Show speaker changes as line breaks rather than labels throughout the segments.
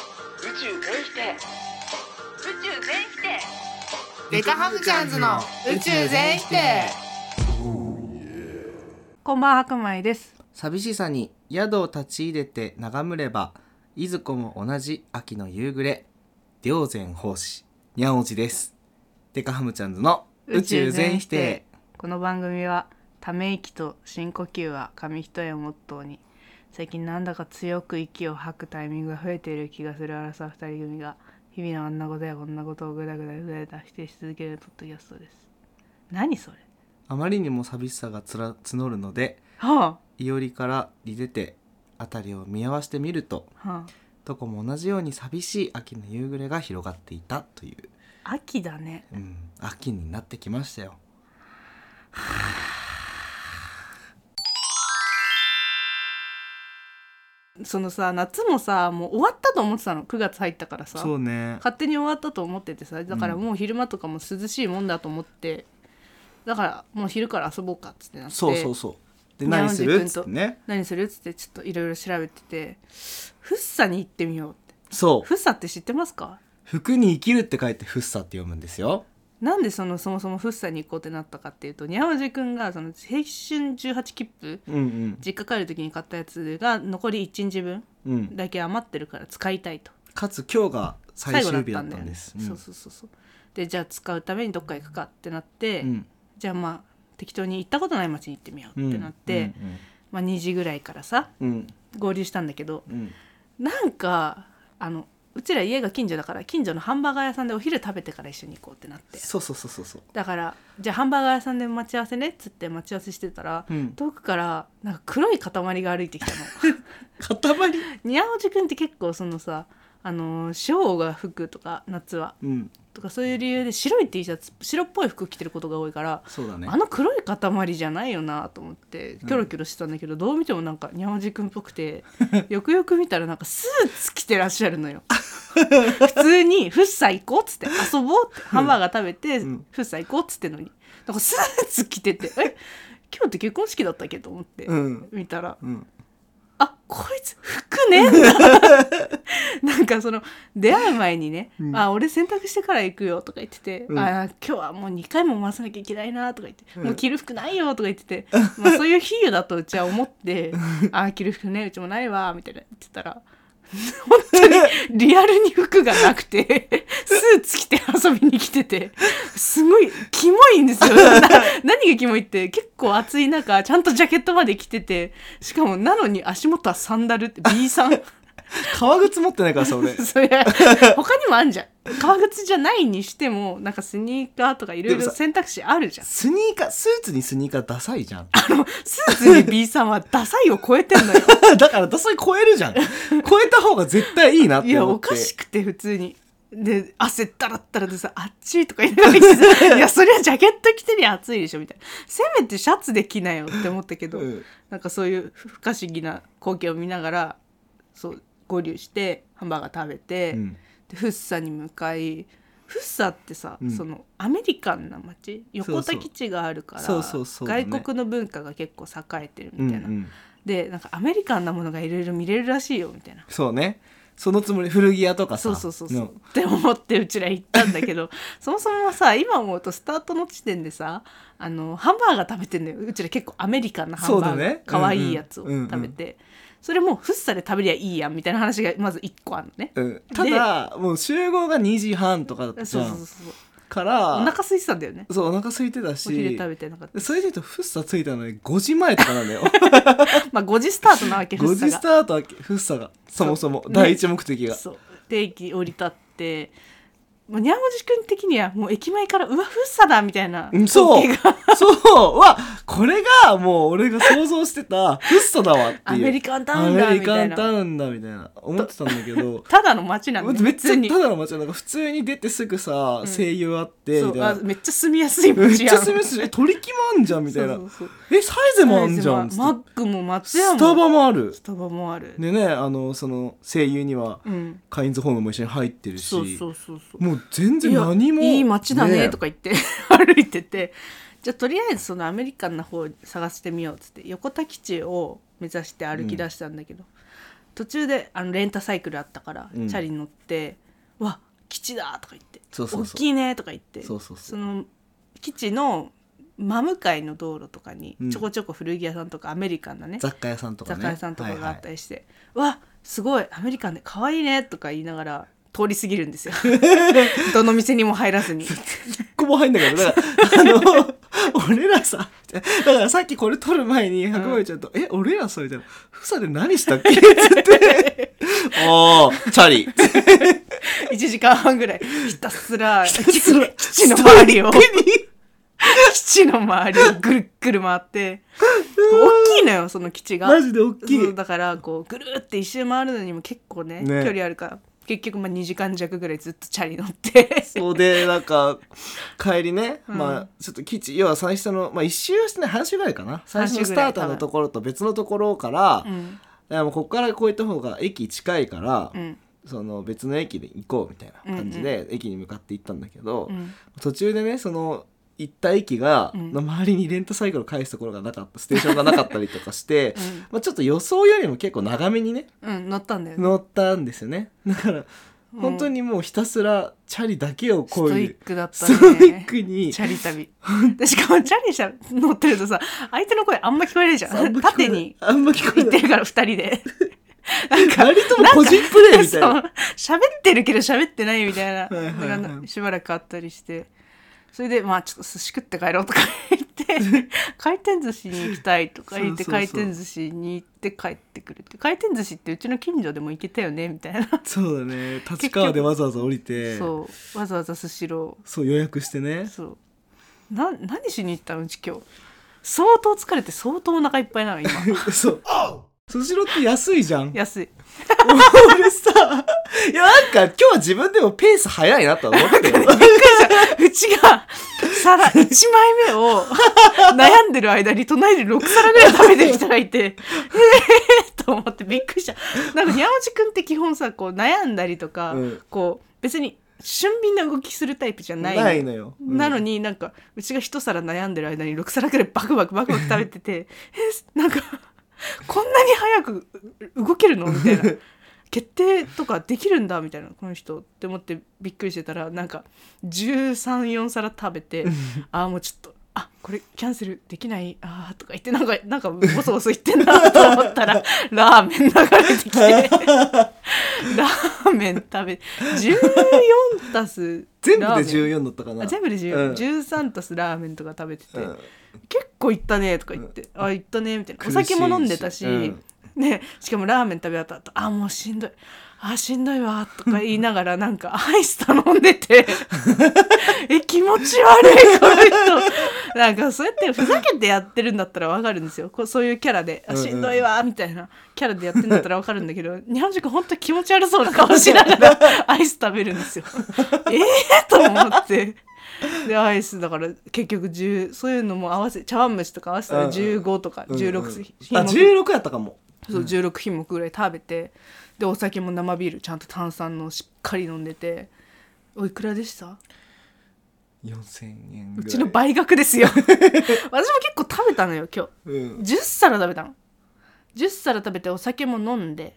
宙全否定宇宙全否定
デカハムチャンズの宇宙全否定
こんばんは白米です
寂しさに宿を立ち入れて眺めればいずこも同じ秋の夕暮れ霊山奉仕にゃんおじですデカハムチャンズの宇宙全否定
この番組はため息と深呼吸は紙一重をモットーに最近なんだか強く息を吐くタイミングが増えている気がするアラサー二人組が日々のあんなことやこんなことをぐだぐだぐだぐだ否定し続けるポッドキャストです何それ
あまりにも寂しさがつら募るので
は
伊織から離出て辺りを見合わせてみると
あ、は
どこも同じように寂しい秋の夕暮れが広がっていたという、
あ、秋だね
うん、秋になってきましたよ
そのさ夏もさもう終わったと思ってたの9月入ったからさ
そうね
勝手に終わったと思っててさだからもう昼間とかも涼しいもんだと思って、だからもう昼から遊ぼうかっつってなって
そうそうそうで
にゃ
何
んおじ
するっ
君
つ
と
ってね
何するっつってちょっといろいろ調べててフッサに行ってみようって
そう
フッサって知ってますか
服に生きるって書いてフッサって読むんですよ
なんでそのそもそもフッサに行こうってなったかっていうとにゃおじくんがその青春18切符
うん
実家帰る時に買ったやつが残り1日分
うんうん
だけ余ってるから使いたいと
かつ今日が最終日だった
よ
ん
ね
です
そうそうそうそうでじゃあ使うためにどっか行くかってなって、
うんうん
じゃあまあ適当に行ったことない町に行ってみようってなって、まあ、2時ぐらいからさ
うんうん
合流したんだけど
うん
なんかあのうちら家が近所だから近所のハンバーガー屋さんでお昼食べてから一緒に行こうってなって
そうそうそうそうそう
だからじゃあハンバーガー屋さんで待ち合わせねっつって待ち合わせしてたら、
うん
遠くからなんか黒い塊が歩いてきたの。
塊
にゃおじくんって結構そのさあのー潮が吹くとか夏は
うん
とかそういう理由で白い T シャツ白っぽい服着てることが多いから、
そうだね
あの黒い塊じゃないよなと思ってキョロキョロしてたんだけど、どう見てもなんかにゃおじくんっぽくてよくよく見たらなんかスーツ着てらっしゃるのよ普通にフッサ行こうっつって遊ぼうってハンバーガー食べて、
うん
フッサ行こうっつってのになんかスーツ着て てえ今日って結婚式だったっけと思って、
うん
見たら
うん
あこいつ服ねえんだ なんかその出会う前にね「
うん
あ俺洗濯してから行くよ」とか言ってて「
うん
あ今日はもう2回も回さなきゃいけないな」とか言って
う
「
ん
もう着る服ないよ」とか言ってて、まあ、そういう比喩だとうちは 思って「あ着る服ねうちもないわ」みたいな言ってたら。本当にリアルに服がなくてスーツ着て遊びに来ててすごいキモいんですよな何がキモいって結構暑い中ちゃんとジャケットまで着ててしかもなのに足元はサンダルって B さん
革靴持ってないからさ 俺
それ他にもあんじゃん革靴じゃないにしてもなんかスニーカーとかいろい
で
ろ
もさ
選択肢あるじゃん
スニーカースーツにスニーカーダサいじゃん
スーツに B さんはダサいを超えてんのよ
だからダサい超えるじゃん超えた方が絶対いいなっ
い
て
や
思
お
って
かしくて普通にで汗だらったらでさ「あっちい」とか言いながら言って さいやそりゃジャケット着てりゃ暑いでしょ」みたいなせめてシャツで着なよって思ったけど、
うん
なんかそういう不可思議な光景を見ながらそう合流してハンバーガー食べて、
うん
でフッサに向かいフッサってさ、
うん
そのアメリカンな街横田基地があるから
そうそうそうだね
外国の文化が結構栄えてる
う
み
んう
たいな、
ん
でなんかアメリカンなものがいろいろ見れるらしいよみたいな。
そうねそのつもり古着屋とかさ
そうそうそうそう
の
って思ってうちら行ったんだけど そもそもさ今思うとスタートの地点でさあのハンバーガー食べてんだようちら結構アメリカンなハンバーガ
そうだ
ー、
ね
かわいいやつを
うんうん
食べて、それもうフッサで食べりゃいいやんみたいな話がまず1個あるのね。
うん、ただもう集合が2時半とかだったじ
そう
ゃ
そうそうんそう
から
お腹空いてたんだよね
そうお腹空いてた
お昼
し
食べてなかった
それで言うとフッサ着いたのに5時前とか なんだよ
まあ5時スタートなわけフ
5
ッサ
時
が
スタートはフッサがそもそも第一目的が、
そうで駅降り立ってもうにゃんおじくん的にはもう駅前からうわフッサだみたいな
うんそう
光景が
そうはこれがもう俺が想像してたフッサだわっていう
アメリカンタウンだ
アメリ
みた
カ
い
ン
な
タウンだみたいな思ってたんだけど
ただの街なんで
別に
に
ただの街なんか普通に出てすぐさ、声優あって
そ
みたいうな
あめっちゃ住みやすい
めっ
街
ち
やん
ゃ住みやすいえ取り決まんじゃんみたいな
そうそうそう
えサイズもあんじゃんつって
マックも松屋も
スタバもある
スタバもある、
でねあのその声優には
うん
カインズホームも一緒に入ってるし
そうそうそうそう
もう全然何も
いやいい街だねと
か
か言って 歩いててじゃあとりあえずそのアメリカンな方探してみようっつって横田基地を目指して歩き出したんだけど、途中であのレンタサイクルあったから、
うん
チャリ乗って「わ基地だ!」とか言って「
そうそうそう
大きいね!」とか言って
そうそうそう
その基地の真向かいの道路とかに
うん
ちょこちょこ古着屋さんとかアメリカンだね
雑貨屋さんとか
雑
ね
貨屋さんとかがあ
は
っ
い
た
はい
りして「わすごいアメリカンで可愛いね」とか言いながら通り過ぎる んですよどの店にも入らずに
一個も入んなかっただからあの 俺らさだからさっきこれ撮る前に白米ちゃんと「え俺らそれじゃふさで何したっけ?」っつって 「ああチャリ」
1時間半ぐらいひたすら基
すら
地の周りを基地の周りをぐるっぐる回って 大きいのよその基地が
マジで大き
そう
い
だからこうぐるって一周回るのにも結構ね
ね
距離あるから結局まあ2時間弱ぐらいずっとチャリ乗って
そうでなんか帰りね、
うん
まあちょっと基地要は最初のまあ一周はしてない半周ぐらいかな最初のスターターのところと別のところから、
うん
いやもうここからこういった方が駅近いから、
うん
その別の駅で行こうみたいな感じで駅に向かって行ったんだけど、
うん
途中でねその行った駅が、
うん
の周りにレンタサイクルを返すところがなかったステーションがなかったりとかして、
うん
まあ、ちょっと予想よりも結構長めにね
うん乗ったんだよね
乗ったんですよねだから
うん
本当にもうひたすらチャリだけを
ス
こう
トイ
いう
ックだった
ストイッ
ね
クに
チャリ旅で しかもチャリ車乗ってるとさ相手の声あんま聞こえないじ
あ
ゃ
ん
ん
ま聞こえ
縦
ない
に
あんま聞こえ
行っ
な
て
い
るから2人 でなんか
割とも個人プレイみたいな
そう喋ってるけど喋ってないみたいな
いはいはい
だからしばらくあったりしてそれでまあちょっと寿司食って帰ろ うとか言って回転寿司に行きたいとか言って
そうそう
回
そう
転寿司に行って帰ってくるって回転寿司ってうちの近所でも行けたよねみたいな、
そうだね立川でわざわざ降りてそう
そうわざわざスシロ
予約してね
ーそうな何しに行ったのうち今日相当疲れて相当お腹いっぱいなの今
そうスシローって安いじゃん
安い
俺さいやなんか今日は自分でもペース早いなとは思ってたよ
うちが皿1枚目を悩んでる間に隣で6皿ぐらい食べてる人がいてえーと思ってびっくりしたなんか宮内くんって基本さこう悩んだりとか、
うん
こう別に俊敏な動きするタイプじゃ ないの
ないのよ、うん
なのになんかうちが一皿悩んでる間に6皿くらいバクバクバクバク食 べててえなんか こんなに早くう動けるのみたい な決定とかできるんだみたいなこの人って思ってびっくりしてたらなんか134皿食べてああもうちょっと。あこれキャンセルできないあーとか言ってなんかなんかボソボソ言ってんなと思っ たらラーメン流れてきてラーメン食べ14足す
全部で
ラーメン
14だったかな
あ全部で
うん
10 13足すラーメンとか食べてて、
うん
結構行ったねとか言って、あ行ったねみたいな
苦
お
しいし
酒も飲んでたし、
うん
ね、しかもラーメン食べ終わった後あもうしんどいあしんどいわとか言いながらなんかアイス頼んでて え気持ち悪いこの人なんかそうやってふざけてやってるんだったらわかるんですよこうそういうキャラであ
うんうん
しんどいわみたいなキャラでやってんだったらわかるんだけど日本人本当気持ち悪そうな顔しな がらアイス食べるんですよ。ええと思って。でアイスだから結局10そういうのも合わせ茶碗蒸しとか合わせたら15とか16
あ
品目
16やったかも
そう16品目ぐらい食べてでお酒も生ビールちゃんと炭酸のしっかり飲んでておいくらでした
4000円ぐ
う
らい
ちの倍額ですよ 私も結構食べたのよ今
うん
日10皿食べたの10皿食べてお酒も飲んで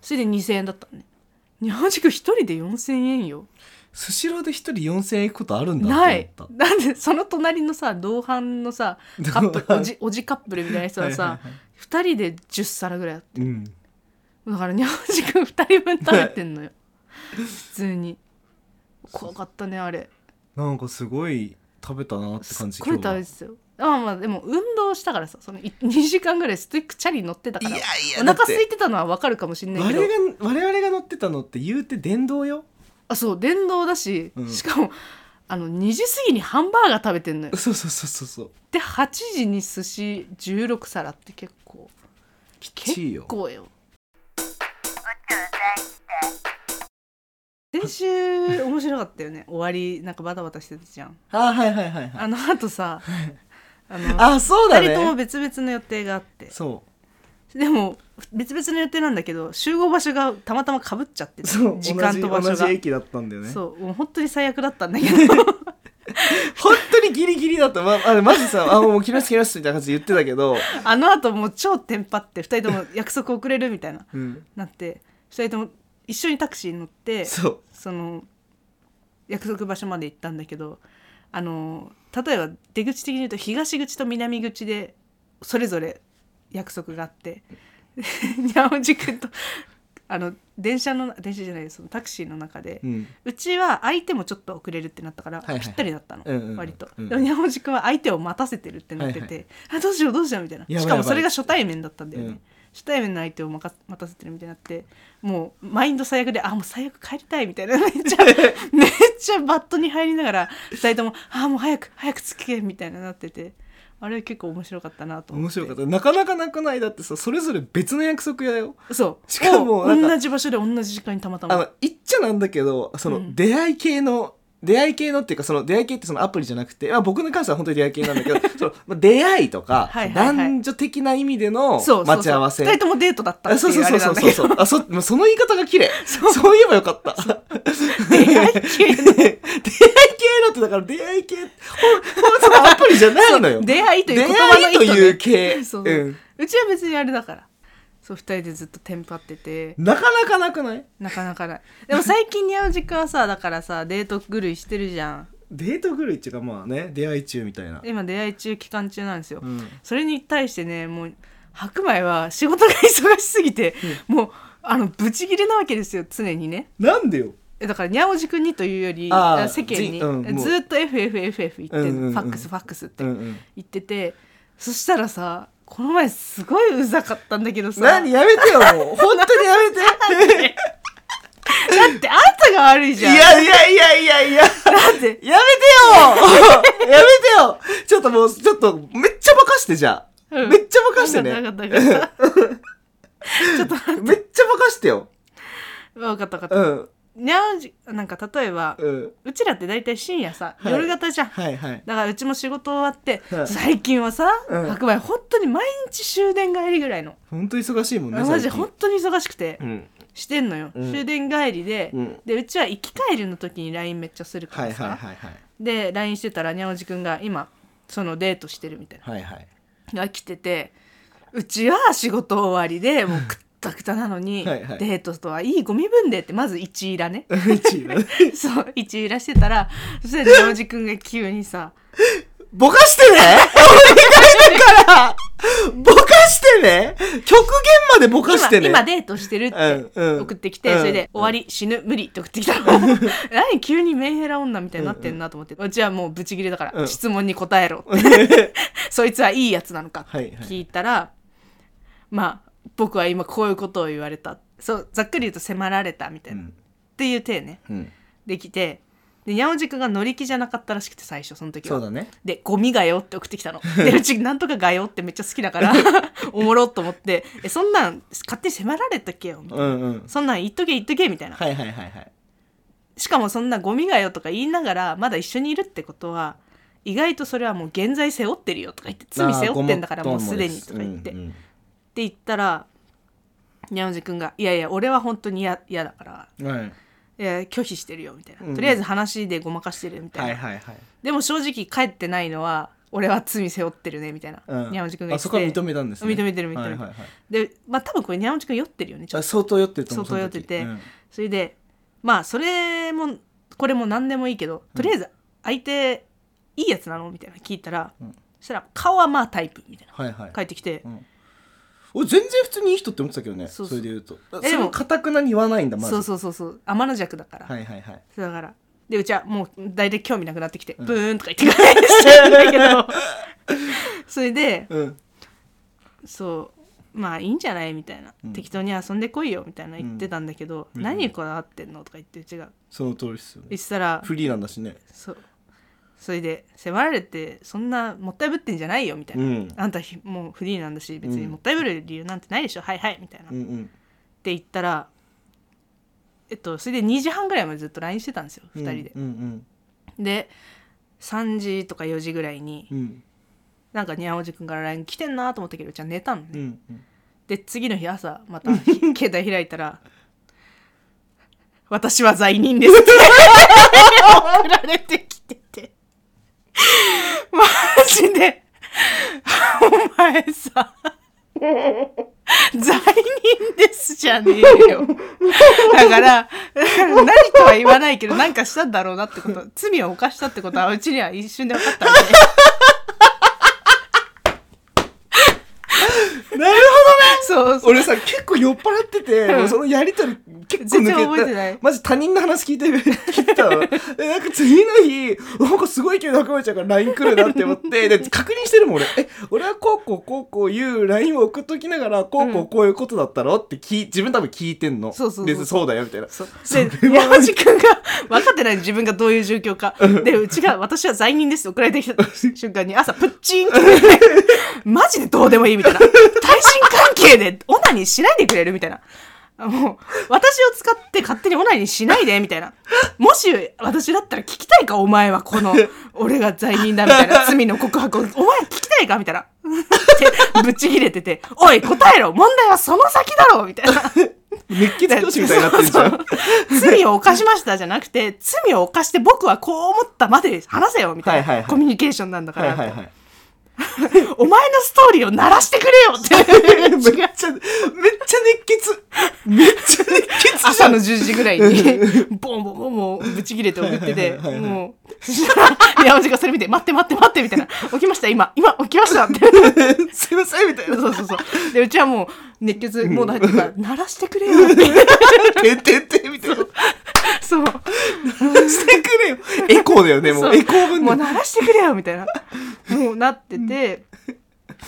それで2000円だったのね日本人1人で4000円よ
スシローで一人4000円いくことあるんだ
ない
と思っ
なんでその隣のさ同伴のさカップ
同伴
ルおじおじカップルみたいな人は
はいは
さ
いは
2人で10皿ぐらいだった
たうん
だからにゃおじくん2人分食べてんのよ普通に怖かったねあれ
なんかすごい食べたなって感じ
これ食べてたよあまあでも運動したからさそのい2時間ぐらいスティックチャリ乗ってたから
いやいや
お腹
だって
空いてたのは分かるかもしん
今
ない
日は
けど
我々が我々が乗ってたのって言うて電動よ
あそう電動だし、
うん
しかもあの2時過ぎにハンバーガー食べてんのよ
そうそうそうそうそう
で8時に寿司16皿って結構
き
結
ちいよ
構よ先週面白かったよね終わりなんかバタバタしてたじゃん
あはいはいはいはい
あのあとさあの
あそうだ
2人とも
ね
別々の予定があって
そ
でも別々の予定なんだけど集合場所がたまたまかぶっちゃって
う
て
そう
時間と場
同
所
じ同
が
じ駅だったんだよね
そうもう本当に最悪だったんだけど
本当ににギリギリだったまあ れマジさあもう切らす切らすみたいな感じで言ってたけど、
あの後もう超テンパって2人とも約束遅れるみたいな
うん、
なって2人とも一緒にタクシーに乗って
そう
その約束場所まで行ったんだけどあの例えば出口的に言うと東口と南口でそれぞれ約束があって にゃおじくんとあの電車の電車じゃないよそのタクシーの中で、
う
うんちは相手もちょっと遅れるってなったから、
いはい
ぴったりだったの、
うんうんうん
割と、
うん
でもにゃおじくんは相手を待たせてるってなってて、
はいは
あどうしようどうしようみたいな
やばい
しか
や
も
ばい
それが初対面だったんだよね、
うん
初対面の相手を任せ待たせてるみたいになってもうマインド最悪であもう最悪帰りたいみた いなめっちゃめっちゃバットに入りながら2人ともあもう早く早く着けみたいななっててあれ結構面白かったなと思
面
って
白かったなかなかなくないだってさそれぞれ別の約束だよ
たそう
しかも
を
なんか
同じ場所で同じ時間にたまた
あ
ま
の言っちゃなんだけどその、
うん
出会い系の出会い系のっていうかその出会い系ってそのアプリじゃなくて、まあ、僕の関しては本当に出会い系なんだけど そのまあ出会いとか
はいはいはい
男女的な意味での
そうそうそう
待ち合わせ
2人ともデートだった
あ
って
そう
い
そう
うあ
そうそ
れなん
う
だけ
そうそ
ど
うあそもうその言い方が綺麗
そう
そういえばよかった
出会い 系
出会い系のってだから出会い系ほんほんとのアプリじゃないのよ
の出会いと
出
いう言葉の
会い
意図
と
ね
いう系
そう
うん
うちは別にあれだからそう2人でずっとテンパってて
なかなかなくない
なかなかないでも最近に会う時間はさ だからさデート狂いしてるじゃん
デート狂いっていうかまあね出会い中みたいな、
今出会い中期間中なんですよ、
うん、
それに対してねもう白米は仕事が忙しすぎて、もうあのブチギレなわけですよ常にね
なんでよ
えだからにゃおじくんにというより
あー
あ世間
じ
に、
うんもう
ずっと FFFF 言ってる、
うんうんうん
ファックスファックスって
うんう
言
ん
ってて、そしたらさこの前すごいうざかったんだけどさ
何やめてよも う本当にやめて
だってあんたが悪い
い
じゃん。
やいやいやいやいや
だって、
やめてよやめてよちょっともうちょっとめっちゃばかしてじゃあ、
うん
めっちゃばかしてね
わかったわかったわかった。ちょっと待っ
めっちゃばかしてよ
て、わかったわかった。
うん
にゃんじ、なんか例えば、
うん
うちらって大体深夜さ、
はい
夜型じゃん。
はいはい
だからうちも仕事終わって、
はい
最近はさ、
うん
白米本当に毎日終電帰りぐらいの。
本当忙しいもんね
マジ
最近
本当に忙しくて、
うん
してんのよ。
うん
終電帰りで、
うん
で、うちは行き帰りの時に LINE めっちゃするか
はい
らさ。
はいはいはい
で、LINE してたらにゃんおじくんが今、そのデートしてるみたいな。
はいはい
が来ててうちは仕事終わりでもうくったくたなの に
はいはい
デートとはいいゴミ分でってまず一イ ラね
うちら
そう一イラしてたらそしたらジョージ君が急にさ
ぼかしてねお願いだからぼかしてね極限までぼかしてね
今今デートしてるっ
うんう
て
ん
送ってきて、
うん
それで「終わり、死ぬ無理」って 送ってきたの何急にメンヘラ女みたいになってんなと思って、うちはもうブチギレだから、
うん
質問に答えろって そいつはいいやつなのか
はいはい
聞いたら、まあ僕は今こういうことを言われたそうざっくり言うと迫られたみたいな、
うん
っていう体ね
うん
できてでにゃおじくんが乗り気じゃなかったらしくて最初その時
そう
は
だね
で「ゴミがよ」って送ってきたの でうちなんとかがよってめっちゃ好きだから おもろっと思って「えそんなん勝手に迫られたっけよ」みたいな
うんうん
そんなん言っとけ言っとけ」みたいな
はいはいはいはい
しかもそんな「ゴミがよ」とか言いながらまだ一緒にいるってことは意外とそれはもう現在背負ってるよとか言って罪背負ってんだからもうすでにとか言って、
うんうん
って言ったらにゃおじくんが「いやいや俺は本当に嫌嫌だから
はい
いや拒否してるよ」みたいな、
うん
とりあえず話でごまかしてるよみたいな、
はいはいはい
でも正直帰ってないのは俺は罪背負ってるねみたいな、
うん
にゃおじくんが言
あ
って
そこは認めたんですね
認めてる認め
はい
てる
はいはい
でまあ多分これにゃおじくん酔ってるよねちょっ
あ
と
相当酔ってると思う
相当酔ってて
その時
それでまあそれもこれも何でもいいけどとりあえず相手いいやつなのみたいな聞いたら、
うん
そしたら顔はまあタイプみたいな
はいはい
帰ってきて、
うん俺全然普通にいい人って思ってたけどねそ
そ
う
そう
れで言うと
えで
そ
も
れかたくなに言わないんだまず
そうそうそうそう天の弱だから、
はいはいはい
だからでうちはもう大体興味なくなってきて、
ん
ブーンとか言って返してるん だけどそれで
うん
そうまあいいんじゃないみたいな、
うん
適当に遊んでこいよみたいな言ってたんだけど、
うん
何こだわってんのとか言ってうちが
その通りですよね
言ってたら
フリーなんだしね
そうそれで迫られてそんなもったいぶってんじゃないよみたいな、
うん
あんたひもうフリーなんだし別に
うん
もったいぶる理由なんてないでしょ、はいはいみたいな、
うん
っ
うん
て言ったらえっとそれで2時半ぐらいまでずっと LINE してたんですよ2人で、
うんうん
で3時とか4時ぐらいに
うん
なんかにゃおじくんから LINE 来てんなと思ったけどうちは寝たのね、
うんうんうん
で次の日朝また 携帯開いたら「私は罪人です」って送られてきてて前さ罪人ですじゃねえよだから何とは言わないけど何かしたんだろうなってこと罪を犯したってことはうちには一瞬で分かったんで
なる
そう
ほど俺さ結構酔っ払ってて、
うん
そのやりとり結構
全
抜け
然覚えてない
マジ他人の話聞いてる聞いてたわでなんか次の日なんかすごい勢いで白米ちゃんから LINE 来るなって思ってで確認してるもん俺え俺はこうこうこうこういう LINE を送っときながらこうこうこういうことだったろって聞い自分多分聞いてんの
そうそうそ
で
う
そうだよみたいな
そう
それ
で
は
山内くんが分かってない自分がどういう状況かでうちが「私は罪人です」送られてきた瞬間に朝プッチンって言ってマジでどうでもいいみたいな対人関係でオナニーしないでくれるみたいなもう私を使って勝手にオナニーしないでみたいなもし私だったら聞きたいかお前はこの俺が罪人だみたいな罪の告白をお前聞きたいかみたいなってぶち切れてて「おい答えろ問題はその先だろ」みたいな。
熱血教師みたいになってんじゃん
そうそう罪を犯しましたじゃなくて罪を犯して僕はこう思ったまで話せよみたい
はいはい
な
はい
コミュニケーションなんだか
はい
ら、
はいはい
お前のストーリーを鳴らしてくれよって
めっちゃめっちゃ熱血めっちゃ熱血じゃん
朝の10時ぐらいに ボンボンボンボンぶち切れて送ってて
はいはいはいはい
もう そしたら山内がそれ見て「待って待って待って」みたいな「起きました今今起きました」って
すいませんみたいな
そうそうそうでうちはもう熱血モード入ってるから「鳴らしてくれよ」って
てんてんてんみたいな
そう
してくれよエコーだよねも
そうう
エコー分
もう
だよ
鳴らしてくれよみた いなもうなってて、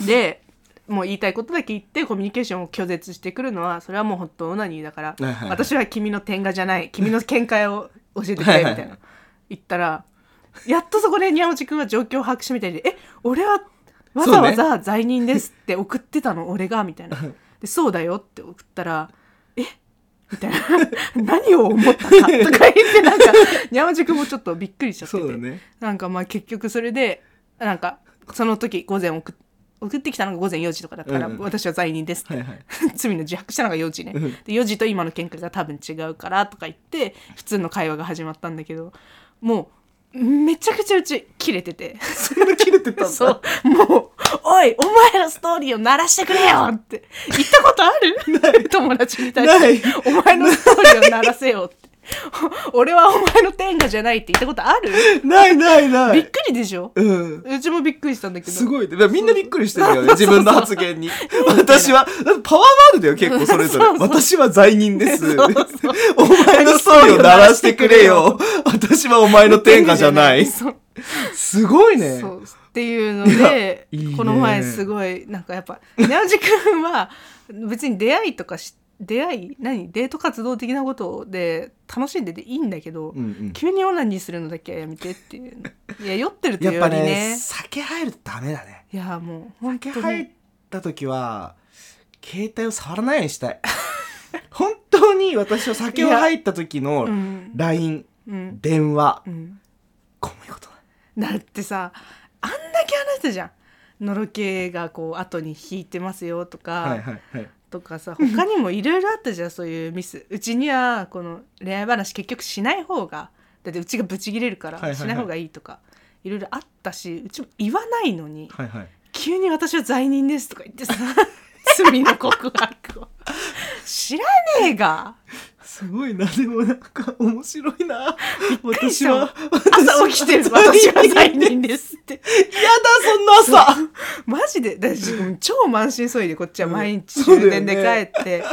でもう言いたいことだけ言ってコミュニケーションを拒絶してくるのはそれはもう本当オナニーだから、
いはいはい
私は君の点がじゃない君の見解を教えてくれみたいな、
はいはい
言ったらやっとそこで宮本君は状況を把握してみたいで「え俺はわ
そ
ざ
うね
わざ罪人です」って送ってたの、俺がみたいな「でそうだよ」って送ったら「えみたいな 何を思ったかとか言ってな んか山地君もちょっとびっくりしちゃって
そう
て
だね
なんかまあ結局それでなんかその時午前送っ送ってきたのが午前4時とかだったから、
うんうん
私は罪人ですって、
はいはい
罪の自白したのが4時ね、
うん
で4時と今の見解が多分違うからとか言って普通の会話が始まったんだけどもうめちゃくちゃうち切れてて
そんな切れてたんだ
そうもう「おいお前のストーリーを鳴らしてくれよ!」って言ったことある 友達に対して。
ない
お前のストーリーを鳴らせよって。お 俺はお前の天下じゃないって言ったことある
ないないな
びっ
い
くりでしょ
うん
うちもびっくりしたんだけど。
すごいねだからみんなびっくりしてるよね
そう
自分の発言に私はだってパワーワードだよ結構それぞれ
そうそう
私は罪人です
そうそう
お前のストーリーを鳴らしてくれよ私はお前の天下じゃない
そう
すごいね
そうっていうので
いやいいね
この前すごいなんかやっぱ宮内くんは別に出会いとかし出会い何デート活動的なことで楽しんでていいんだけど、
うんうん
急にオナニーするのだけはやめてっていう いや酔ってると
や
い
っ
う
ぱ
よりね
ね酒入るとダメだね
いやもう本当
酒
に
入った時は携帯を触らないようにしたい 本当に私は酒を入った時
う
の
ん
LINE
うん
電話
うん
こういうことない
だってさあんだけ話したじゃんのろけがこう後に引いてますよとか、
はいはいはい
とかさ他にもいろいろあったじゃんそういうミスうちにはこの恋愛話結局しない方がだってうちがブチギレるか
はいはい
ら
はい
しない方がいいとか、いろいろあったしうちも言わないのに
はいはい
急に私は罪人ですとか言ってさ 罪の告白を知らね えが
すごいなでもなんか面白いな
くり
私
した
は
わ朝起きてる私は罪人ですって
嫌だそんな朝
マジでだしうん超満身創痍でこっちは毎
うん
日
そうだ
終
よね
電で帰って、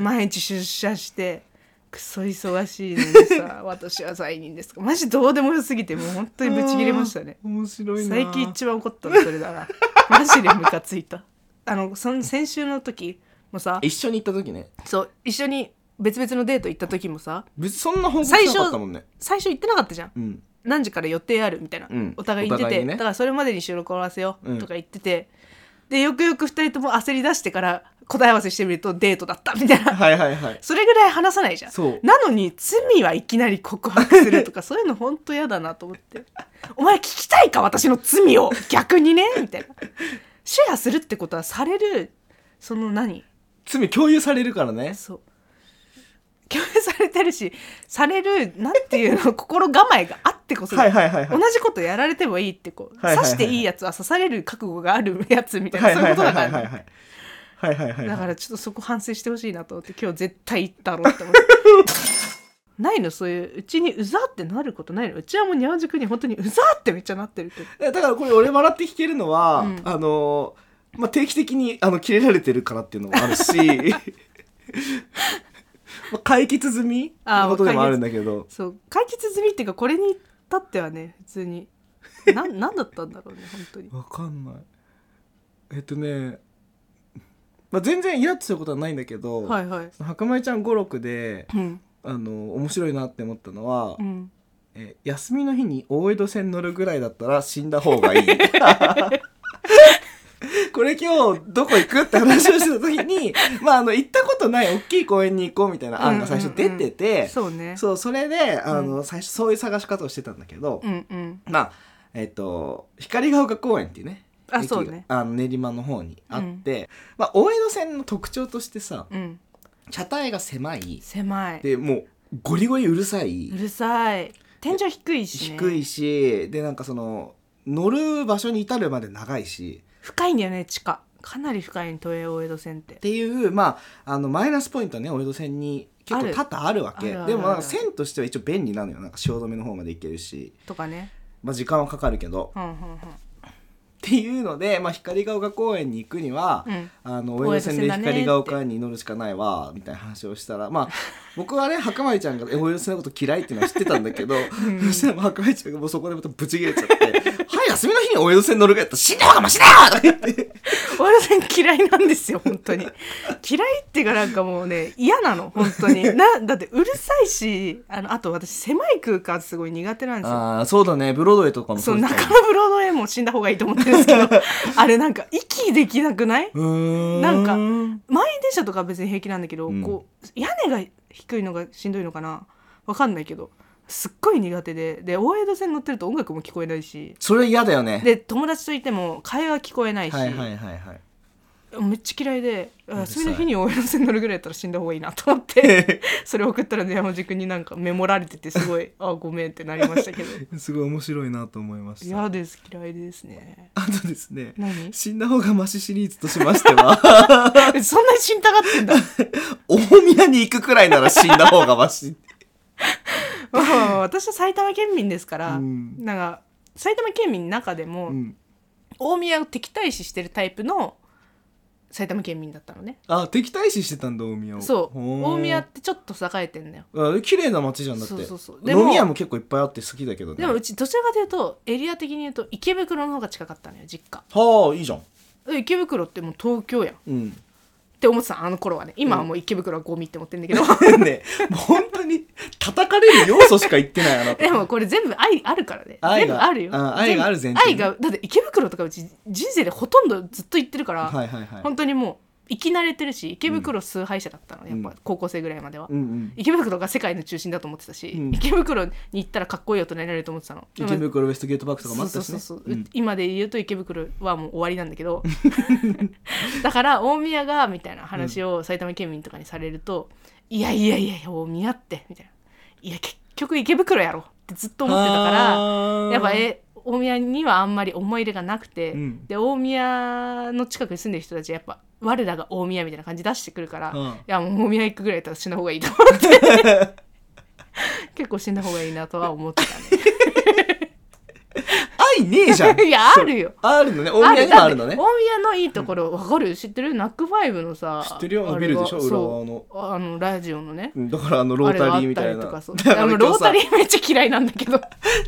毎日出社してクソ忙しいのに さ私は罪人ですマジどうでもよすぎてもう本当にブチ切れましたね
あー面白いな
最近一番怒ったのそれだなマジでムカついたあのその先週の時もさ
一緒に行った時ね
そう一緒に別々のデート行った時もさ
別にそんな報告しなかったもんね
最初行ってなかったじゃん
うん
何時から予定あるみたいな、
うん
お互い言って
お互い
て、
にね
だからそれまでに収録終わらせよ
うん
うとか言ってて、でよくよく2人とも焦り出してから答え合わせしてみるとデートだったみたい な
はいはいはい
それぐらい話さないじゃん
そう
なのに罪はいきなり告白す るとかそういうのほんと嫌だなと思ってお前聞きたいか私の罪を逆にねみ たいなシェアするってことはされるその何
罪共有されるからね
そう共有されてるしされるなんていうの心構えがあっってこそ、
はいはいはいは
同
い。
じことやられてもいいってこう、
はいはいはい
刺していいやつは刺される覚悟があるやつみたいな、
はいはいはい
そういうことだか
は
ら
い
ね、
はいはい。はいはいはい。。
だかららちょっとそこ反省してほしいなと思って今日絶対行ったろうって思って ないのそういううちにうざってなることないのうちはもうにゃおじくんに本当にうざってめっちゃなってるけど
だからこれ俺笑って弾けるのは、
うん
あのーまあ、定期的にあの切れられてるからっていうのもあるしまあ解決済み
あー
のことでもあるんだけど
そう解決済みっていうかこれに至ってはね普通にななんだったんだろうね本当に
わかんないえっとね、まあ、全然イラッとすることはないんだけど、
はいはい
その白米ちゃん語録で
うん
あの面白いなって思ったのは、
うん
え休みの日に大江戸線乗るぐらいだったら死んだ方が いい。これ今日どこ行くって話をしてた時に、まあ、あの行ったことない大きい公園に行こうみたいな案が最初出てて、
そうね
そうそれであの、最初そういう探し方をしてたんだけど、
うんうん
まあえっ、と光が丘公園っていうね
あ
駅
そう
が
ね
あの練馬の方にあって、まあ、大江戸線の特徴としてさ
うん
車体が狭い
狭い
でもうゴリゴリうるさいう
るさい天井低いし、ね、
低いしでなんかその乗る場所に至るまで長いし
深いんだよね地下かなり深いの都営大江戸線って
っていうまああのマイナスポイントはね大江戸線に結構多々あるわけ
あるあるある
でもなんか線としては一応便利なのよなんか汐留の方まで行けるし、
とかね
まあ、時間はかかるけど
うんうん
っていうので、まあ、光が丘公園に行くには、
うん
あの大江戸線で
大江戸線だねって
光が丘に乗るしかないわみたいな話をしたらまあ僕はね白米ちゃんが大江戸線のこと嫌いっていうのは知ってたんだけど、そしたらもう白米ちゃんがもうそこでまたブチ切れちゃって「 はい休みの日に大江戸線乗るぐらいだったら死んだ方がマシだよ!」とか言って。
大江戸線嫌いなんですよ本当に嫌いっていうかなんかもうね嫌なの本当 になだってうるさいしあのあと私狭い空間すごい苦手なんですよ
ああそうだねブロードウェイとかも
そう
だね
中野ブロードウェイも死んだ方がいいと思ってるんですけど あれなんか息できなくないう
ーん
なんか満員電車とか別に平気なんだけど、
うん
こう屋根が低いのがしんどいのかなわかんないけどすっごい苦手でで大江戸線乗ってると音楽も聞こえないし
それ嫌だよね
で友達といても会話聞こえないし、
はいはいはいはい
めっちゃ嫌いであ
うるさい
休みの日に大江戸線乗るぐらいだったら死んだ方がいいなと思って それ送ったらね山地君になんかメモられててすごいあごめんってなりまし たけど
すごい面白いなと思いまし
嫌です嫌いですね
あとですね
何
死んだ方がマシシリーズとしまして は
そんなに死んだがって んだ
大宮に行くくらいなら死んだ方がマシ
まあまあまあ私は埼玉県民ですから、
うん
なんか埼玉県民の中でも、
うん
大宮を敵対視してるタイプの埼玉県民だったのね
あ敵対視してたんだ大宮を
そう
ほー
大宮ってちょっと栄えてんだよ
あ綺麗な街じゃんだって
そうそうそうでも
飲み屋も結構いっぱいあって好きだけどね
でもうちどちらかというとエリア的に言うと池袋の方が近かったのよ実家
はあいいじゃん
で池袋ってもう東京やんっ
うん
て思ってたあの頃はね今はもう池袋はゴミって思ってん だけど、
ねもう本当に叩かれる要素しか言ってないあなた
でもこれ全部愛あるからね
愛
全部
が
あるよ
あ愛がある前提ね
全部愛がだって池袋とかうち人生でほとんどずっと行ってるから、
はいはいはい
本当にもう生き慣れてるし池袋崇拝者だったの、ね
うん
やっぱ高校生ぐらいまでは、
うんうん
池袋が世界の中心だと思ってたし、
うん
池袋に行ったらかっこいい大人になれると思ってたの
池袋ウエストゲートパークとかもあったし
そう
ね
そうそうそうう、
ん
今で言うと池袋はもう終わりなんだ けどだから大宮がみたいな話を埼玉県民とかにされると「いやいやいやいや大宮って」みたいな「いや結局池袋やろ」ってずっと思ってたから
ら
やっぱえ大宮にはあんまり思い入れがなくて、
うん
で大宮の近くに住んでる人たちはやっぱ我らが大宮みたいな感じ出してくるから、
うん
いやもう大宮行くぐらいだったら死んだ方がいいと思って 結構死んだ方がいいなとは思って
愛ねえじゃ
た
ん
ね いやあるよ
あるのね大宮にもあるの
だっ
ね
て大宮のいいところわかる知ってるナックファイブのさ
知ってるよあのビルでしょ
あれが
裏側の
そうあのラジオのね
うんだからあのロータリーみたい
あれが
な
あったりとかそう
だから
あの
今
ロ
日
ー
さ
タリーめっちゃ嫌いなんだけど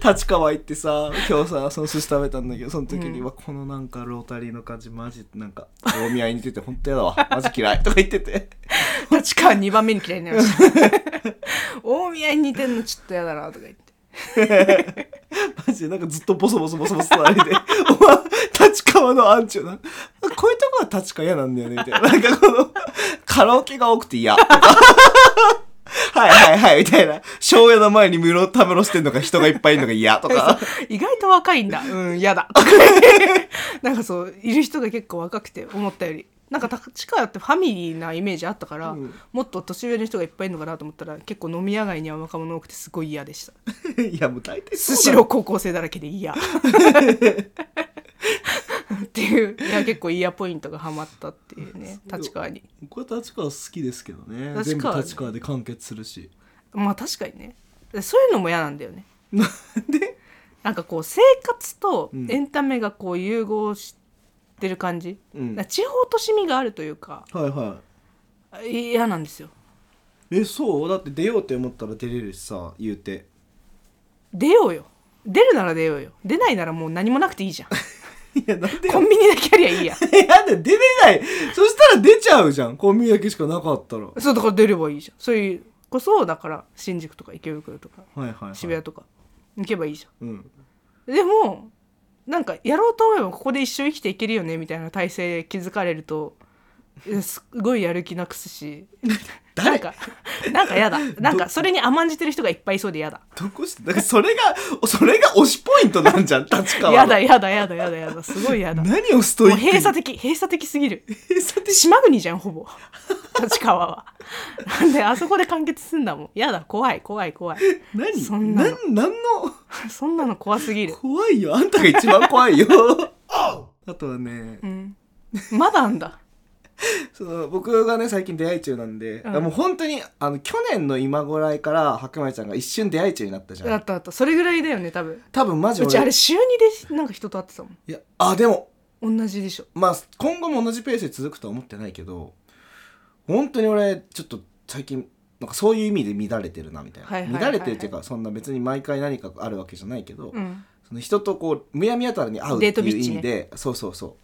立川行ってさ今日さその寿司食べたんだけどその時に、はこのなんかロータリーの感じマジなんか大宮に似てて本当やだわマジ嫌いとか言ってて
立川2番目に嫌いになりました 大宮に似てんのちょっとやだなとか言って
マジでなんかずっとボソボソボソボソ隣でお前立川のアンチョなこういうとこは立川嫌なんだよねみたいななんかこのカラオケが多くて嫌とかはいはいはいみたいな庄屋の前に室たむろしてんのか人がいっぱいいるのが嫌とか
意外と 若いんだうんやだなんかそういる人が結構若くて思ったよりなんか立川ってファミリーなイメージあったから、
うん
もっと年上の人がいっぱいいるのかなと思ったら結構飲み屋街には若者多くてすごい嫌でした
いやもう大体
ス
そ
シ
う
ロ
だ
ー高校生だらけ で嫌っていういや結構嫌ポイントがハマったっていうね立川に
僕は立川好きですけどね
立
全部
川ね
立川で完結するし
まあ確かにねそういうのも嫌なんだよね
なんで
なんかこう生活と
うん
エンタメがこう融合してる感じ、
うん
だから地方都市味があるというか
はいは
嫌なんですよ
いえそうだって出ようって思ったら出れるしさ言うて
出ようよ出るなら出ようよ出ないならもう何もなくてい いじゃん
いやなんで
コンビニだけありゃいいや
いやだ出れないそしたら出ちゃうじゃんコンビニだけしかなかったらは
そうだから出ればいいじゃんそういうこそだから新宿とか池袋とか
いはい、はい、
渋谷とか行けばいいじゃん
うん
でもなんかやろうと思えばここで一生生きていけるよねみたいな体制気づかれるとえすごいやる気なくすしなんかなんかやだなんかそれに甘んじてる人がいっぱいいそうでやだ
どこしてだからそれがそれが推しポイントなんじゃん立川の
やだやだやだやだやだすごいやだも
何をスト
う
イックに
閉鎖的閉鎖的すぎる
閉鎖的
島国じゃんほぼ立川はなんであそこで完結すんだもんやだ怖い怖い怖い
何
そんなの
んなんの
そんなの怖すぎる、
怖いよあんたが一番怖いよあとはね、
うん、まだあんだ
その僕がね最近出会い中なんで、
うん
もう本当にあの去年の今ぐらいから白米ちゃんが一瞬出会い中になったじ
だ
ゃん
ったあったそれぐらいだよね多分
多分マジ
う
俺
ちあれ週2でなんか人と会ってたもん
いやあでも
同じでしょ
まあ今後も同じペースで続くとは思ってないけど本当に俺ちょっと最近なんかそういう意味で乱れてるなみたいな、
はいはいはいは
乱
い
れてるっていうかそんな別に毎回何かあるわけじゃないけど、
うん
その人とこうむやみやたらに会うって
デート
い
ビ
う
ッ
意
チね
味で、そうそうそう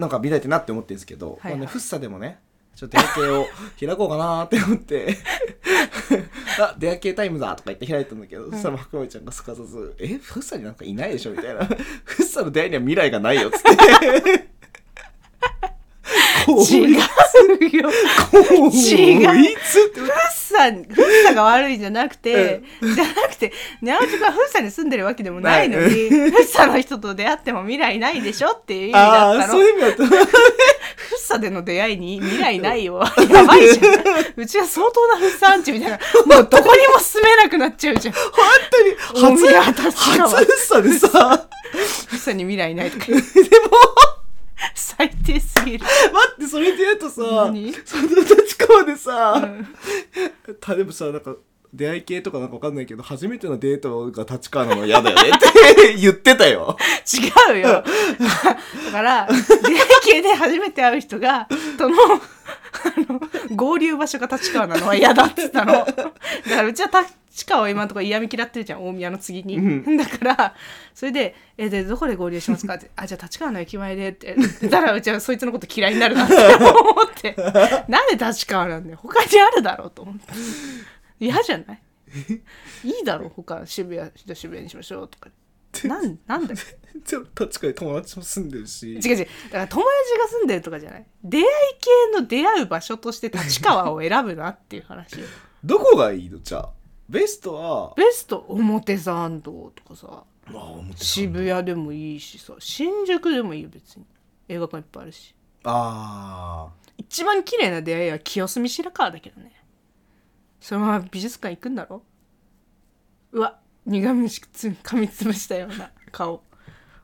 なんか乱れてなって思ってるんですけど、
はいはい
まあね、フッサでもねちょっと出会い系を開こうかなーって思ってあ出会い系タイムだとか言って開いたんだけど、そしたら白米ちゃんがすかさず「えフッサになんかいないでしょ」みたいな「フッサの出会いには未来がないよ」っつってこいつ
違うよ
こ
違う
いつって
フッサフッサが悪いんじゃなくて、じゃなくて宮内君はフッサに住んでるわけでもないのに、フッサの人と出会っても未来ないでしょっていう意味だ
あ
っ
あー
たの
そういう意味だった
フッサでの出会いに未来ないよやばいじゃんうちは相当なフッサアンチみたいなもうどこにも住めなくなっちゃうじゃんフ
本当に
大宮
初
立川
初フッサでさ
ッサに未来ないとか
でも
最低すぎる
待ってそれで言うとさ
何
その立川で
う
さ、
ん
たでもさなんか出会い系とかなんかわかんないけど初めてのデートが立川なの嫌だよねって 言ってたよ
違うよだから出会い系で初めて会う人がとのあの合流場所が立川なのは嫌だって言ったのだからうちは立川を今のところ嫌み嫌ってるじゃん大宮の次に、
うん
だからそれで「えでどこで合流しますか?」って「あじゃあ立川の駅前で」って言ったらうちはそいつのこと嫌いになるなって思 ってなんで立川なんだよ他にあるだろうと思って嫌じゃないいいだろう他渋谷じゃあ渋谷にしましょうとかなんなんだよ
でも立川に友達も住んでるし
違う違うだから友達が住んでるとかじゃない出会い系の出会う場所として立川を選ぶなっていう話よ
どこがいいのじゃあベストは
ベスト表参道とかさ
まあ思って
渋谷でもいいしさ新宿でもいいよ別に映画館いっぱいあるし
あ
一番綺麗な出会いは清澄白河だけどねそのまま美術館行くんだろうわ苦虫つ噛みつぶしたような顔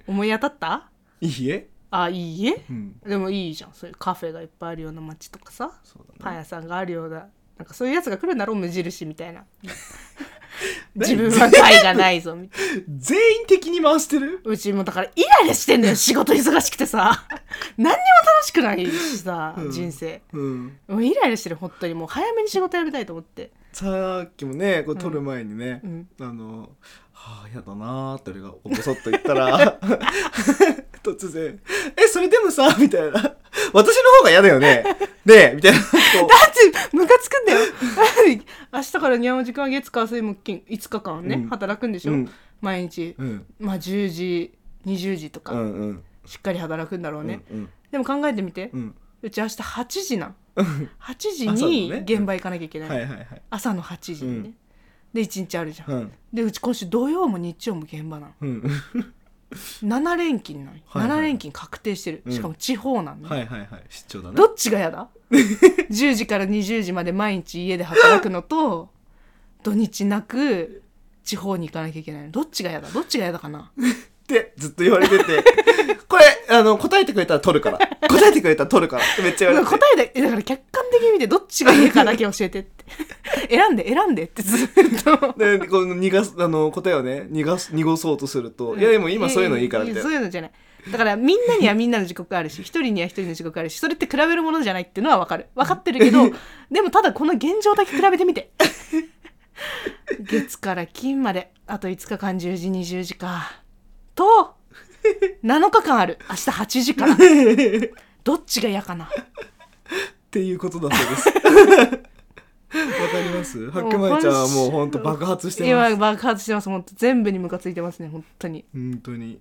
思い当たった
ーいいえ
あいいえ
うん
でもいいじゃんそういうカフェがいっぱいあるような街とかさ
そうだね
パン屋さんがあるようななんかそういうやつが来るんだろう無印みたいな
何
自分は害がないぞみたいな
全員的に回してる
うちもだからイライラしてん のよ仕事忙しくてさ何にも楽しくないしさ、
うん
人生
うん
もうイライラしてる本当にもう早めに仕事辞めたいと思って
さっきもねこう撮る前にね、
うん
あの「はあやだな」って俺がぼそっと言ったら 突然「えそれでもさ」みたいな「私の方が嫌だよね」ねえみたいなこ
だって ムカつくんだよ 明日からにゃんお時間月火水木金5日間ね、
うん
働くんでし
う
ょ、
うん
毎日、
うん
まあ10時20時とか、
うんうん
しっかり働くんだろうね、
うん
でも考えてみて、
うん
うち明日8時なん
うん
8時
朝の
に
ね
現場行かなきゃいけない、
はいはいはい
朝の8時にね、
うん
で1日あるじゃん、
うん
でうち今週土曜も日曜も現場なの
うん
7連勤なんよ、
はいはい
7連勤確定してる、
うん
しかも地方なんで、
はいはいはい出張だね
どっちが 嫌だ10時から20時まで毎日家で働くのと土日なく地方に行かなきゃいけないのどっちが嫌だどっちが嫌だかな
ってずっと言われててこれあの答えてくれたら取るから答えてくれたら取るからってめっちゃ言われて
答
て
えでえだから客観的に見てどっちが嫌かだけ教えてって 選んで選んでってずっと
でこの逃がすあの答えをね逃がす濁そうとすると、いやでも今そういうのいいからみ
や
たい
や
な
そういうのじゃないだからみんなにはみんなの時刻あるし一人には一人の時刻あるしそれって比べるものじゃないっていうのは分かる分かってる けどでもただこの現状だけ比べてみて月から金まであと5日間10時20時かと7日間ある明日8時からどっちが嫌かな
っていうことだそう ですわかります白米ちゃんはもうほんと爆発してま
今
す
爆発してます本当全部にムカついてますね本当に
本当に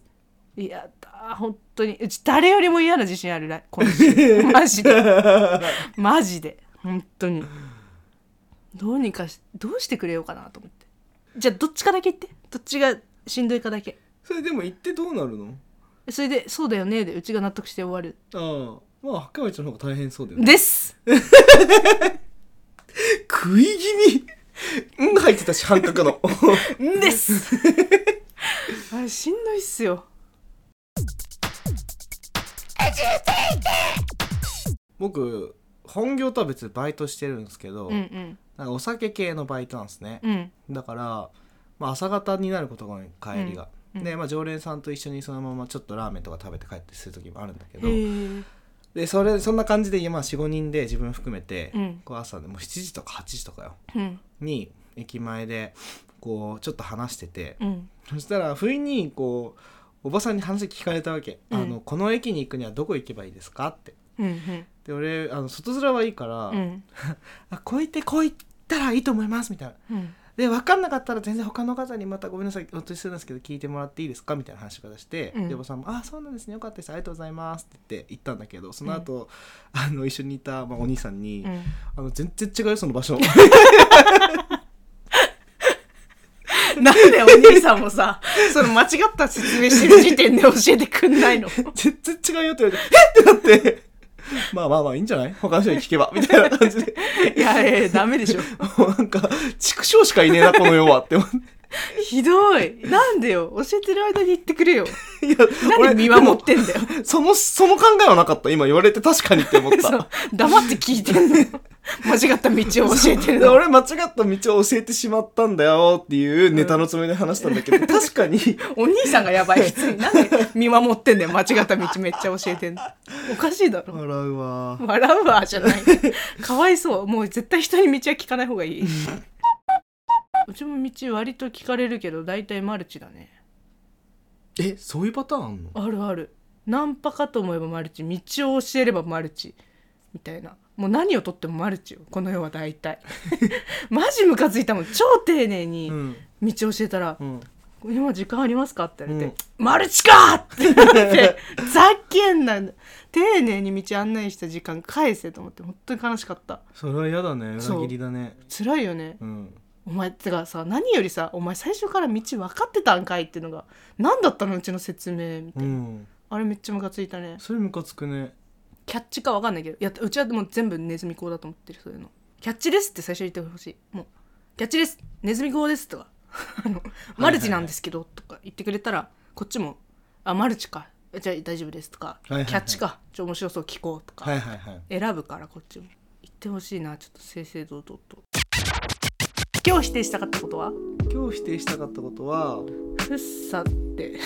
いやだ本当にうち誰よりも嫌な自信あるらこ の人マジでマジで本当にどうにかしどうしてくれようかなと思ってじゃあどっちかだけ言ってどっちがしんどいかだけ
それでも行ってどうなるの
それで「そうだよね」でうちが納得して終わる
ああまあ白米ちゃんの方が大変そうだよね
です
食い気味うん入ってたし半角 の
ですあれしんどいっすよ
僕本業とは別にバイトしてるんですけど、
うんうん
なんかお酒系のバイトなんですね、
うん
だから、まあ、朝方になることが多い帰りが、
うんうん
で、まあ、常連さんと一緒にそのままちょっとラーメンとか食べて帰ってする時もあるんだけ
へ
ど
ー
でそれそんな感じで、まあ、45人で自分含めて、
うん
こう朝でもう7時とか8時とかよ
うん
に駅前でこうちょっと話してて、
うん
そしたら不意にこうおばさんに話聞かれたわけ、
うん
あの「この駅に行くにはどこ行けばいいですか?」って。
うんうん
で俺あの外面はいいから、
うん
あこう言ってこう言ったらいいと思いますみたいな
うん
で分かんなかったら全然他の方にまたごめんなさいおとしするんですけど聞いてもらっていいですかみたいな話を出して、
うん
でおばさんも「あそうなんですねよかったですありがとうございます」って言って行ったんだけどその後、 あの一緒にいた、まあ、お兄さんに、
うん
あの「全然違うよその場所」
なんでお兄さんも さ、その間違った説明してる時点で教えてくんないの
「全然違うよ」って言われて「えっ!」てなって 「まあまあまあいいんじゃない他の人に聞け ば」みたいな感じで
いやいや、ダメでしょ。
もうなんか畜生しかいねえなこの世はって思って。
ひどい。なんでよ。教えてる間に言ってくれよ。
いや
何見守ってんだよ。
てそのその考えはなかった今言われて確かにって思った
そう黙って聞いてんの。間違った道を教えてる
で
の。
俺間違った道を教えてしまったんだよっていうネタのつもりで話したんだ けど、確かに
お兄さんがやばい。普通に。なんで見守ってんだよ。間違った道めっちゃ教えてんの。おかしいだろ。
笑うわ
笑うわ、じゃない。かわいそう。もう絶対人に道は聞かない方がいい。うちも道割と聞かれるけど、大体マルチだね。
えそういうパターンあんの
あるあるナンパかと思えばマルチ道を教えればマルチみたいなもう何をとってもマルチよこの世は大 体マジムカついたもん超丁寧に
うん
道教えたら「
うん
今時間ありますか?」って言われて「マルチか!」って なって「ふざけんな丁寧に道案内した時間返せ」と思って本当に悲しかった
それは嫌だね裏切りだね
辛いよね
うん
お前てかさ何よりさお前最初から道分かってたんかいっていうのが何だったのうちの説明みた
う
いなんあれめっちゃムカついたね
それムカつくね
キャッチかわかんないけどいやうちはもう全部ネズミ講だと思ってるそういうのキャッチですって最初に言ってほしいもうキャッチですネズミ講ですとか あのマルチなんですけどとか言ってくれたらこっちもあマルチかじゃあ大丈夫ですとか、
いはいはい
キャッチかちょ面白そう聞こうとか、
はいはいはい
選ぶからこっちも言ってほしいなちょっと正々堂々と今日否定したかったことは
今日否定したかったことは
フッサって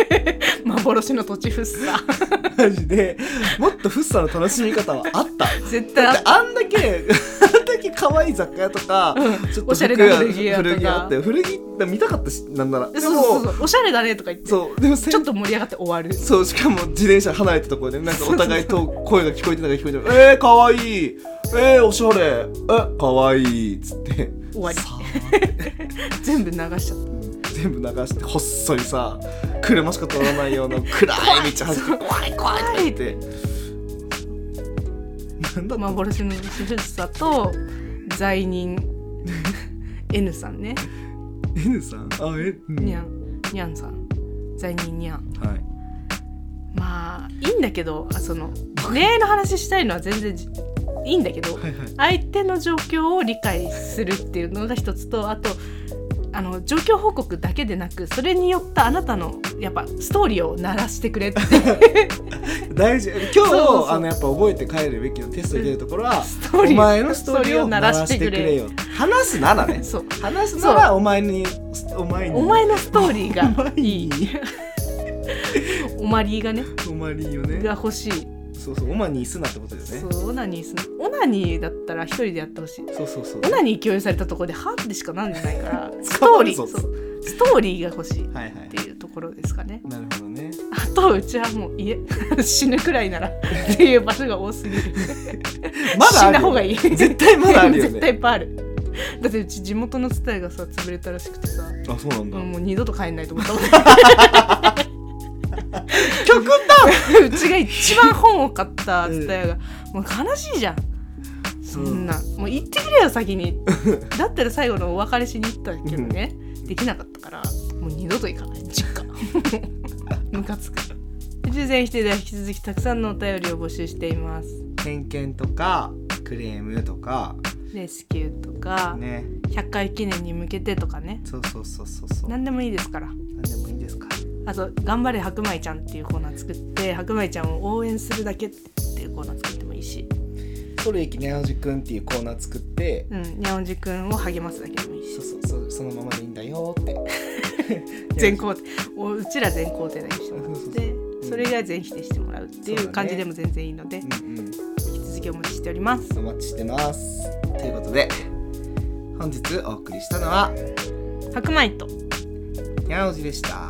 幻の土地フッサ
マジでもっとフッサの楽しみ方はあった
絶対あっ
であんだけあんだけ可愛い雑貨屋とか、
うん
ちょっと
おしゃれな古着屋とか
古着屋あって古着見たかったしなんなら
そ
で
うそうそう
も
そうおしゃれだねとか言って
そうでもせん
ちょっと盛り上がって終わる
そうしかも自転車離れたところでなんかお互いと声が聞こえてたか聞こえて たかえー、かわいいえー、おしゃれえかわいい」っつって
終わり
さあって
全部流しちゃっ
全部流して細いさ車しか通らないような暗い道走って怖い怖いとか言ってなんだっ
た
たの
幻の主さと罪人 N さんね
N さんあえうん
にゃんにゃんさん在任にゃん
はい
まあいいんだけどあその恋愛の話したいのは全然じいいんだけど
はいはい
相手の状況を理解するっていうのが一つとあとあの状況報告だけでなくそれによったあなたのやっぱストーリーを鳴らしてくれって
大事今日
そうそう
あのやっぱ覚えて帰るべきのテストに出るところは、
ストーリー
お前のストーリーを鳴らしてくれよ話すならね
そう
話すならお前にお前に
お前のストーリーがいい
お前
おまりがね
お前にいいよね
が欲しい、
そうそうお前にいすなってことだよね
そうオナニーするオナニーだったら一人でやってほしい
そうそうそう
オナニー共有されたところでハッてしかなんじゃないから スト
捕
ー
ま
リ
る
ーそ
ぞ
うストーリーが欲しいっ
はいはい
ていうところですかね
なるほど ね
あとうちはもう家 死ぬくらいならっていう場所が多すぎる
まだある
死んだ方がいい
絶対まだあるよね
絶対いっぱいあるだってうち地元のツタヤがさ潰れたらしくてさ、
あそうなんだ、
もう二度と帰んないと思ったもん
極端
うちが一番本を買ったツタヤが、もう悲しいじゃんそんな、もう行ってくれよ先 にだったら最後のお別れしに行ったけどね、できなかったからもう二度と行かない実 家ムカつく宇宙全否定では引き続きたくさんのお便りを募集しています
偏見とかクレームとか
レスキューとか、
ね
100回記念に向けてとかね
そうそうそうそうそう
何でもいいですから
なんでもいいんですか
あと「頑張れ白米ちゃん」っていうコーナー作って白米ちゃんを応援するだけっていうコーナー作ってもいいし、
ソレイキネオジくんっていうコーナー作って
うん、にゃおんじくんを励ますだけでもいいし
そうそうそうそのままでいいんだよって
全肯定おうちら全肯定だけしてもら
そう
っ
そう
て
うん
それ以外全否定してもらうってい
そうだ
う
ね
感じでも全然いいので、
うんうん
引き続きお待ちしております
お待ちしてますということで本日お送りしたのは
白米と
にゃおじでした